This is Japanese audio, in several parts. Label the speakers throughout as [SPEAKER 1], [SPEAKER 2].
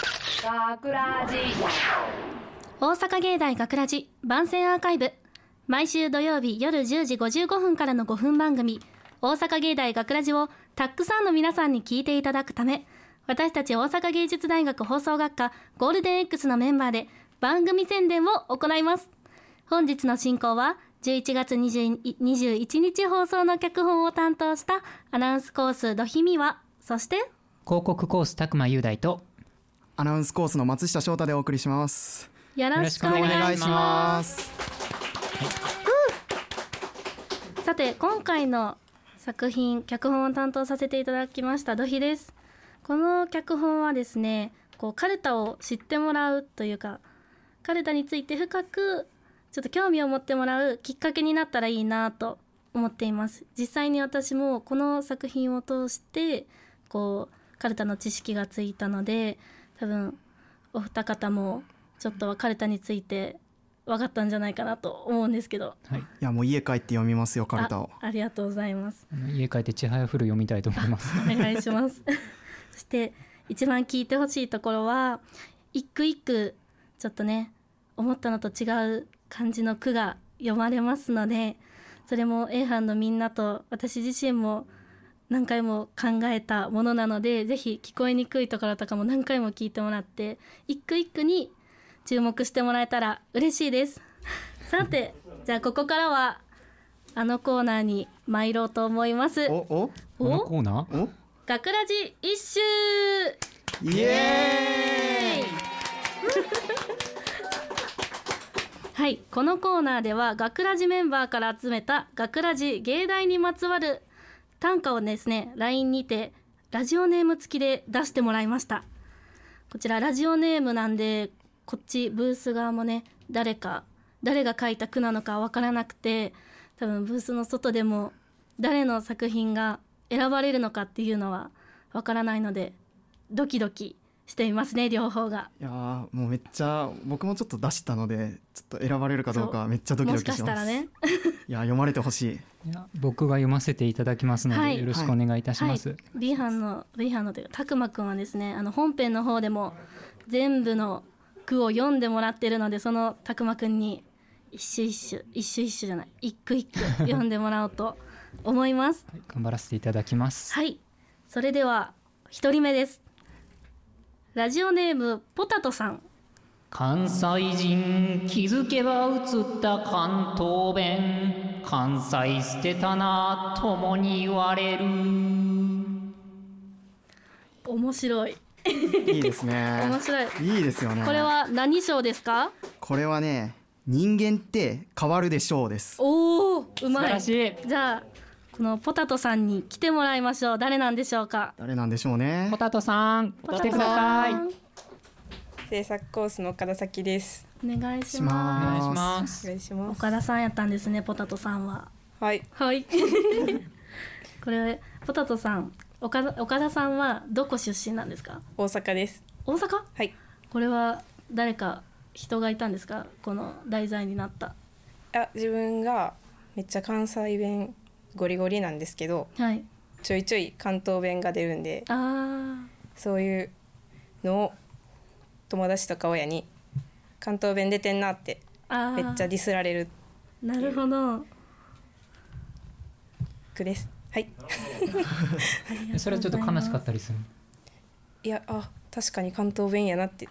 [SPEAKER 1] 学ラジ
[SPEAKER 2] 大阪芸大学ラジ番宣アーカイブ毎週土曜日夜10時55分からの5分番組「大阪芸大学ラジをたくさんの皆さんに聞いていただくため私たち大阪芸術大学放送学科ゴールデン X のメンバーで番組宣伝を行います本日の進行は11月20 21日放送の脚本を担当したアナウンスコースドヒミワそして
[SPEAKER 3] 広告コース拓磨雄大と
[SPEAKER 4] アナウンスコースの松下翔太でお送りします。。
[SPEAKER 2] よろしくお
[SPEAKER 3] よろ
[SPEAKER 2] 願
[SPEAKER 3] 願
[SPEAKER 2] い
[SPEAKER 3] い
[SPEAKER 2] し
[SPEAKER 3] し
[SPEAKER 2] ま
[SPEAKER 3] ます
[SPEAKER 2] すさて今回の作品脚本を担当させていただきましたドヒですこの脚本はですねこうカルタを知ってもらうというかカルタについて深くちょっと興味を持ってもらうきっかけになったらいいなと思っています実際に私もこの作品を通してこうカルタの知識がついたので多分お二方もちょっとはカルタについて分かったんじゃないかなと思うんですけど
[SPEAKER 3] はい、
[SPEAKER 4] いやもう家帰って読みますよカルタを。
[SPEAKER 2] あありがとうございます
[SPEAKER 3] あの家帰ってちはやふる読みたいと思います。
[SPEAKER 2] お願いしますそして一番聞いてほしいところは一句一句ちょっとね思ったのと違う感じの句が読まれますのでそれも A 班のみんなと私自身も何回も考えたものなのでぜひ聞こえにくいところとかも何回も聞いてもらって一句一句に注目してもらえたら嬉しいです さてじゃあここからはあのコーナーに参ろうと思います
[SPEAKER 4] おお
[SPEAKER 3] このコーナー
[SPEAKER 4] お
[SPEAKER 2] 学ラジ一周
[SPEAKER 4] イエ
[SPEAKER 2] はいこのコーナーでは学ラジメンバーから集めた学ラジ芸大にまつわる短歌をですね LINE にてラジオネーム付きで出してもらいましたこちらラジオネームなんでこっちブース側もね誰か誰が書いた句なのかわからなくて多分ブースの外でも誰の作品が選ばれるのかっていうのはわからないのでドキドキしていますね両方が。
[SPEAKER 4] イ。いやーもうめっちゃ僕もちょっと出したのでちょっと選ばれるかどうかめっちゃドキ
[SPEAKER 2] も
[SPEAKER 4] ド
[SPEAKER 2] し
[SPEAKER 4] キ
[SPEAKER 2] か
[SPEAKER 4] し
[SPEAKER 2] し
[SPEAKER 4] ます。
[SPEAKER 2] たらね。
[SPEAKER 4] いや読まれてほしい。
[SPEAKER 3] いや僕が読ませていただきますので、
[SPEAKER 2] はい
[SPEAKER 3] よろしくお願いいたします。
[SPEAKER 2] はい、B 班の B 班のというかたくまくんはですねあの本編の方でも全部の句を読んでもらってるのでそのたくまくんに一首一首一首一首じゃない一句一句読んでもらおうと思い ます
[SPEAKER 3] はい頑張らせていただきます。
[SPEAKER 2] はいそれでは一人目ですラジオネームポタトさん
[SPEAKER 5] 関西人気づけば映った関東弁関西捨てたなともに言われる
[SPEAKER 2] 面白い
[SPEAKER 4] いいですね。
[SPEAKER 2] 面白い
[SPEAKER 4] い。いいですよね。
[SPEAKER 2] これは何賞ですか
[SPEAKER 4] これはね人間って変わるでしょうです。
[SPEAKER 2] おおうまい
[SPEAKER 5] 素晴らし
[SPEAKER 2] じゃあこのポタトさんに来てもらいましょう誰なんでしょうか
[SPEAKER 4] 誰なんでしょうね
[SPEAKER 5] ポ。タトさん来てくださいお
[SPEAKER 6] 制作コースの岡田咲です。
[SPEAKER 2] お願いし
[SPEAKER 4] しま
[SPEAKER 2] ます
[SPEAKER 5] 願いします
[SPEAKER 6] お願いします。
[SPEAKER 2] 岡田さんやったんですねポタトさんは
[SPEAKER 6] はい。
[SPEAKER 2] はい これポタトさん岡田岡田さんはどこ出身なんですか
[SPEAKER 6] 大阪です。
[SPEAKER 2] 大阪
[SPEAKER 6] はい。
[SPEAKER 2] これは誰か人がいたんですかこの題材になった
[SPEAKER 6] あ、自分がめっちゃ関西弁ゴリゴリなんですけど、
[SPEAKER 2] はい
[SPEAKER 6] ちょいちょい関東弁が出るんで、
[SPEAKER 2] あー
[SPEAKER 6] そういうのを友達とか親に関東弁出てんなって
[SPEAKER 2] あ
[SPEAKER 6] めっちゃ
[SPEAKER 2] ー
[SPEAKER 6] ディスられる
[SPEAKER 2] なるほど
[SPEAKER 6] 句です。はい。
[SPEAKER 3] それはちょっと悲しかったりする。
[SPEAKER 6] いや、あ、確かに関東弁やな って、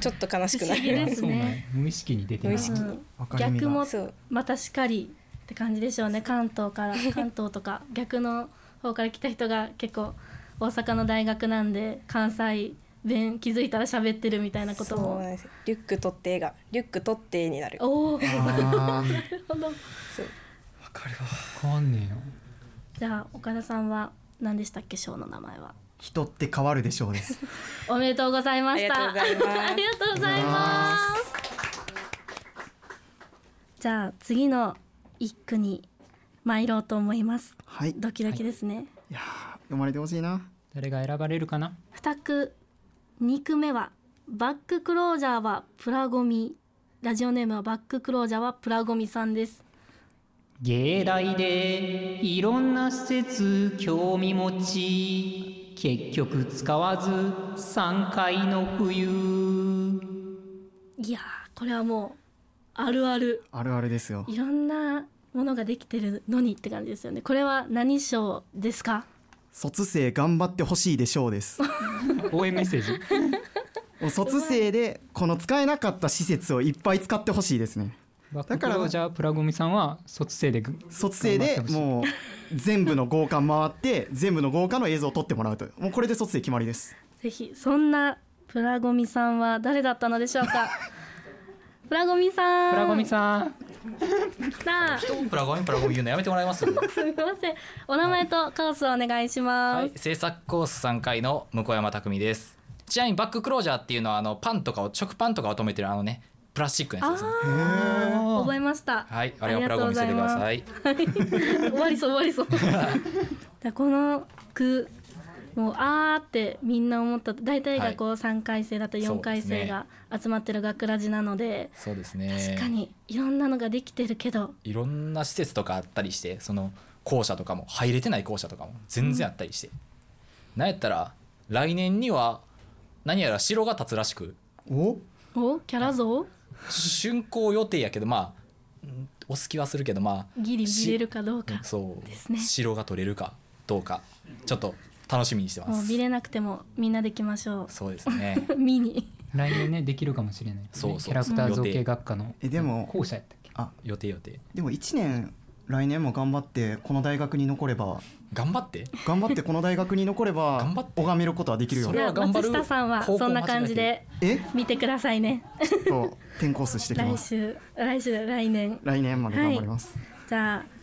[SPEAKER 6] ちょっと悲しく
[SPEAKER 2] 不
[SPEAKER 6] な
[SPEAKER 2] 思議
[SPEAKER 6] る。
[SPEAKER 2] で
[SPEAKER 3] あ
[SPEAKER 2] す
[SPEAKER 3] そうなんや
[SPEAKER 2] ね
[SPEAKER 3] 無意識に出て
[SPEAKER 6] 無
[SPEAKER 3] る
[SPEAKER 6] 意識
[SPEAKER 2] うん
[SPEAKER 4] わかりみが
[SPEAKER 2] 逆も
[SPEAKER 6] そう。
[SPEAKER 2] またしかりって感じでしょうね関東から 関東とか逆の方から来た人が結構大阪の大学なんで関西弁気づいたら喋ってるみたいなこと
[SPEAKER 6] そうなん
[SPEAKER 2] も
[SPEAKER 6] ですよリュック取ってがリュック取ってになる
[SPEAKER 2] おおなる
[SPEAKER 4] あー
[SPEAKER 2] ほど
[SPEAKER 6] そう
[SPEAKER 3] 変わんねえよ。
[SPEAKER 2] じゃあ岡田さんは何でしたっけ賞の名前は
[SPEAKER 4] 人って変わるでしょうです。
[SPEAKER 2] おめでとうございました
[SPEAKER 6] ありがとうございます
[SPEAKER 2] ありがとうございますじゃあ次の一句に参ろうと思います
[SPEAKER 4] はい。い
[SPEAKER 2] ドキドキですね、
[SPEAKER 4] やー読まれてほしいな。
[SPEAKER 3] 誰が選ばれるかな。
[SPEAKER 2] 二句二句目はバッククロージャーはプラゴミラジオネームはバッククロージャーはプラゴミさんです
[SPEAKER 5] 芸大でいろんな施設興味持ち結局使わず3回の冬
[SPEAKER 2] いやーこれはもうあるある
[SPEAKER 4] あるあるですよ
[SPEAKER 2] いろんなものができてるのにって感じですよねこれは何賞ですか
[SPEAKER 4] 卒生頑張ってほしいでしょうです
[SPEAKER 3] 応援メッ セージ
[SPEAKER 4] もう卒生でこの使えなかった施設をいっぱい使ってほしいですね
[SPEAKER 3] だからじゃあプラゴミさんは卒生でぐ
[SPEAKER 4] 卒生でもう全部の豪華回って全部の豪華の映像を撮ってもらうともうこれで卒生決まりです
[SPEAKER 2] ぜひそんなプラゴミさんは誰だったのでしょう かプラゴミさん
[SPEAKER 3] プラゴミさん
[SPEAKER 2] さあす
[SPEAKER 1] 人をプラゴミプラゴミ言うのやめてもらえます は
[SPEAKER 2] みませんお名前とカオスをお願いします、
[SPEAKER 1] い制作コース3回の向山匠ですちなみにバッククロージャーっていうのはあのパンとかを食パンとかを止めてるあのねプラスチックのやつですね
[SPEAKER 2] あ覚えました
[SPEAKER 1] はいあれをプラゴミにしててください
[SPEAKER 2] 終わりそう終わり そうでこの句もうあーってみんな思った大体がこう3回生だったり4回生が集まってる学ラジなので
[SPEAKER 1] そうですね
[SPEAKER 2] 確かにいろんなのができてるけど
[SPEAKER 1] いろんな施設とかあったりしてその校舎とかも入れてない校舎とかも全然あったりして、なんやったら来年には何やら城が建つらしく
[SPEAKER 4] お
[SPEAKER 2] おキャラ像
[SPEAKER 1] 竣工予定やけどまあうんお好きはするけどまあ
[SPEAKER 2] ギリ見れるかどうか
[SPEAKER 1] そう
[SPEAKER 2] ですね
[SPEAKER 1] 城が取れるかどうかちょっと楽しみにしてま
[SPEAKER 2] もう
[SPEAKER 1] す
[SPEAKER 2] 見れなくてもみんなできましょ
[SPEAKER 1] そうですね
[SPEAKER 2] う 見に
[SPEAKER 3] 来年ねできるかもしれないですね、
[SPEAKER 1] そうそ
[SPEAKER 3] キ
[SPEAKER 1] う
[SPEAKER 3] ャラクター造形学科の
[SPEAKER 4] えでも
[SPEAKER 3] 校舎やったっけ
[SPEAKER 4] あ
[SPEAKER 1] 予定予定
[SPEAKER 4] でも1年来年も頑張ってこの大学に残れば
[SPEAKER 1] 頑張って
[SPEAKER 4] 頑張ってこの大学に残れ ば
[SPEAKER 1] 頑張って
[SPEAKER 4] 拝めることはできるよ
[SPEAKER 1] それは頑張る
[SPEAKER 2] 松下さんはそんな感じで
[SPEAKER 4] え
[SPEAKER 2] 見てくださいね
[SPEAKER 4] ちょっと転校数してきま
[SPEAKER 2] 来
[SPEAKER 4] す
[SPEAKER 2] 週来週来年
[SPEAKER 4] 来年まで頑張ります、
[SPEAKER 2] じゃあ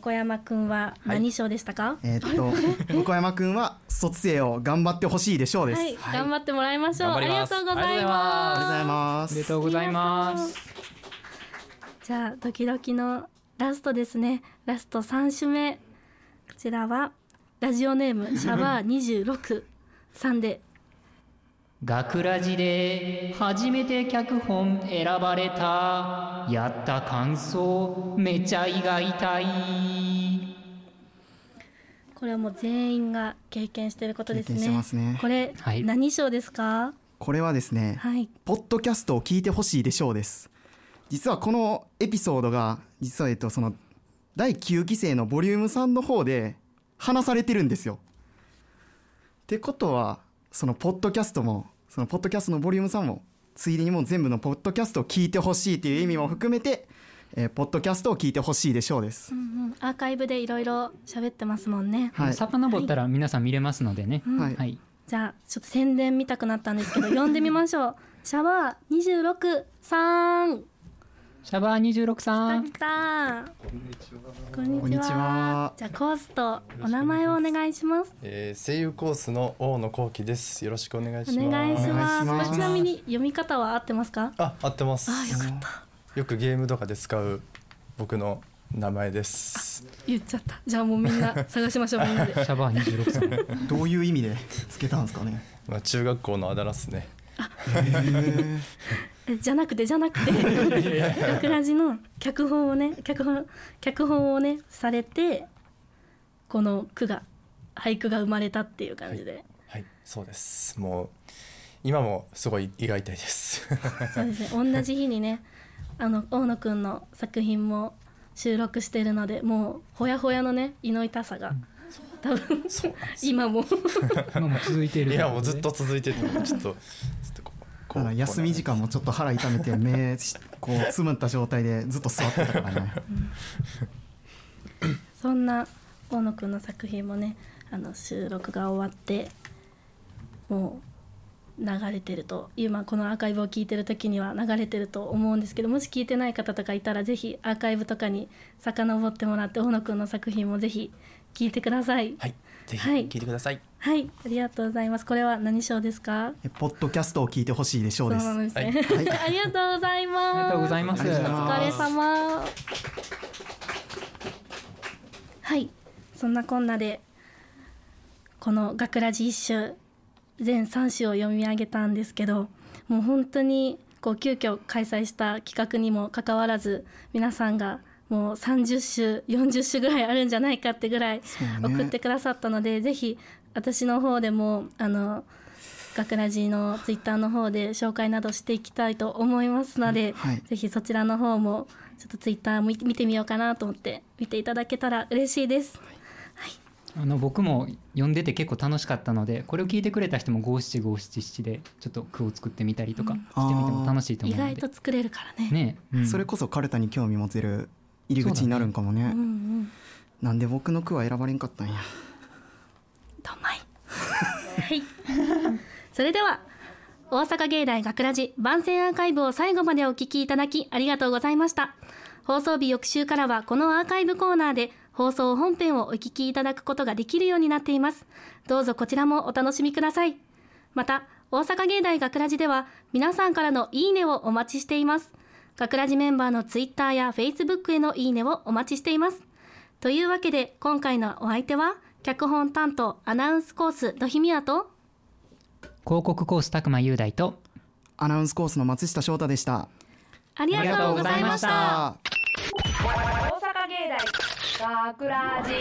[SPEAKER 2] 向山くんは何賞でしたか、
[SPEAKER 4] えーっ と向山くんは卒生を頑張ってほしいでしょうです、
[SPEAKER 2] はい、頑張ってもらいましょう。あ
[SPEAKER 1] 頑張
[SPEAKER 2] り
[SPEAKER 1] り
[SPEAKER 2] が
[SPEAKER 1] ます
[SPEAKER 2] とうござい
[SPEAKER 4] ありがとうござい
[SPEAKER 2] ま
[SPEAKER 4] ます
[SPEAKER 3] おめでとうございます
[SPEAKER 2] す。じゃあ、ドキドキのラストですね。ラスト三種目。こちらはラジオネー ムシャバー二十六さんで。
[SPEAKER 5] 学ラジで初めて脚本選ばれたやった感想めちゃ胃が痛い
[SPEAKER 2] これはもう全員が経験してることですね。
[SPEAKER 4] 経験してますね
[SPEAKER 2] これ、
[SPEAKER 3] はい
[SPEAKER 2] 何賞ですか。
[SPEAKER 4] これはですね、
[SPEAKER 2] はい。
[SPEAKER 4] ポッドキャストを聞いてほしいでしょうです実はこのエピソードが実はえっとその第9期生のボリューム3の方で話されてるんですよってことはそのポッドキャストもそのポッドキャストのボリューム3もついでにもう全部のポッドキャストを聞いてほしいという意味も含めて、えーポッドキャストを聞いてほしいでしょうです
[SPEAKER 2] うんうん、アーカイブでいろいろ喋ってますもんね。
[SPEAKER 4] はい
[SPEAKER 3] 遡ったら皆さん見れますのでね、
[SPEAKER 4] はい
[SPEAKER 3] はい、
[SPEAKER 2] じゃあ、ちょっと宣伝見たくなったんですけど、読んでみまし ょう。シャバー二十六さん。
[SPEAKER 3] シャバー26さん
[SPEAKER 2] 来たこんにちは。
[SPEAKER 4] こんにちは
[SPEAKER 2] じゃあコースとお名前をお願いします。
[SPEAKER 7] えー、声優コースの大野幸喜です。よろしくお願い
[SPEAKER 2] お
[SPEAKER 7] します。
[SPEAKER 2] 願いします。
[SPEAKER 4] お願いします
[SPEAKER 2] これちなみに読み方は合ってますか？
[SPEAKER 7] あ、合ってます。
[SPEAKER 2] あよかっ
[SPEAKER 7] よくゲームとかで使う僕の名前です。
[SPEAKER 2] 言っちゃった。じゃあもうみんな探しま しょうみんなで。
[SPEAKER 3] シャバー26さん
[SPEAKER 4] どういう意味でつけたんですかね
[SPEAKER 7] まあ中学校のあだ名っすね。
[SPEAKER 2] えじゃなくてじゃなくて、学ラジの脚本をね脚本脚本をねされてこの句が俳句が生まれたっていう感じで。
[SPEAKER 7] はい、そうです。もう今もすごい胃が痛いです。
[SPEAKER 2] そうですね。同じ日にね、あの大野くんの作品も収録してるので、もうほやほやのね胃の痛さが、多分
[SPEAKER 7] そうなんです。
[SPEAKER 2] 今も
[SPEAKER 3] 今も続いている
[SPEAKER 7] いやもうずっと続いててちょっとちょっとこうこ
[SPEAKER 4] た
[SPEAKER 7] う
[SPEAKER 4] だ休み時間もちょっと腹痛めて目 しこうつむった状態でずっと座ってたから ね
[SPEAKER 2] そんな大野くんの作品もね、あの収録が終わって、もう流れてると今このアーカイブを聞いてる時には流れてると思うんですけどもし聞いてない方とかいたらぜひアーカイブとかに遡ってもらって大野くんの作品もぜひ聞いてください
[SPEAKER 7] はい、ぜひ
[SPEAKER 2] はい
[SPEAKER 7] 聞いてください。
[SPEAKER 2] はい、ありがとうございます。これは何賞ですか？
[SPEAKER 4] えポッドキャストを聞いてほしいでしょうです。
[SPEAKER 2] そうなんですね。
[SPEAKER 4] はい
[SPEAKER 2] ありがとうございます。
[SPEAKER 3] ありがとうございます
[SPEAKER 2] お
[SPEAKER 4] ありがとうござい
[SPEAKER 2] 疲れ様。はい、そんなこんなでこの学ラジ一周全三種を読み上げたんですけど、もう本当にこう急遽開催した企画にもかかわらず皆さんがもう30種40種ぐらいあるんじゃないかってぐらい
[SPEAKER 4] そうね
[SPEAKER 2] 送ってくださったので、ぜひ私の方でもあの学ラジのツイッターの方で紹介などしていきたいと思いますので、
[SPEAKER 4] はい
[SPEAKER 2] ぜひそちらの方もちょっとツイッターも見見てみようかなと思って見ていただけたら嬉しいです。
[SPEAKER 5] あの僕も読んでて結構楽しかったのでこれを聞いてくれた人も五七五七七でちょっと句を作ってみたりとかしてみても楽しいと
[SPEAKER 2] 意
[SPEAKER 5] 思うので、
[SPEAKER 2] 外と作れるからね。
[SPEAKER 5] ね、うん
[SPEAKER 4] それこそカルタに興味持てる入り口になるんかもね
[SPEAKER 2] うんうん。
[SPEAKER 4] なんで僕の句は選ばれんかったんや
[SPEAKER 2] どまい。はい。それでは大阪芸大学ラジ番宣アーカイブを最後までお聞きいただきありがとうございました。放送日翌週からはこのアーカイブコーナーで放送本編をお聞きいただくことができるようになっています。どうぞこちらもお楽しみください。また、大阪芸大学ラジでは皆さんからのいいねをお待ちしています。学ラジメンバーのツイッターやフェイスブックへのいいねをお待ちしています。というわけで今回のお相手は脚本担当アナウンスコースドヒミヤと
[SPEAKER 5] 広告コース拓磨雄大と
[SPEAKER 4] アナウンスコースの松下翔太でした
[SPEAKER 2] ありがとうございました。
[SPEAKER 8] 大阪芸大がくらじ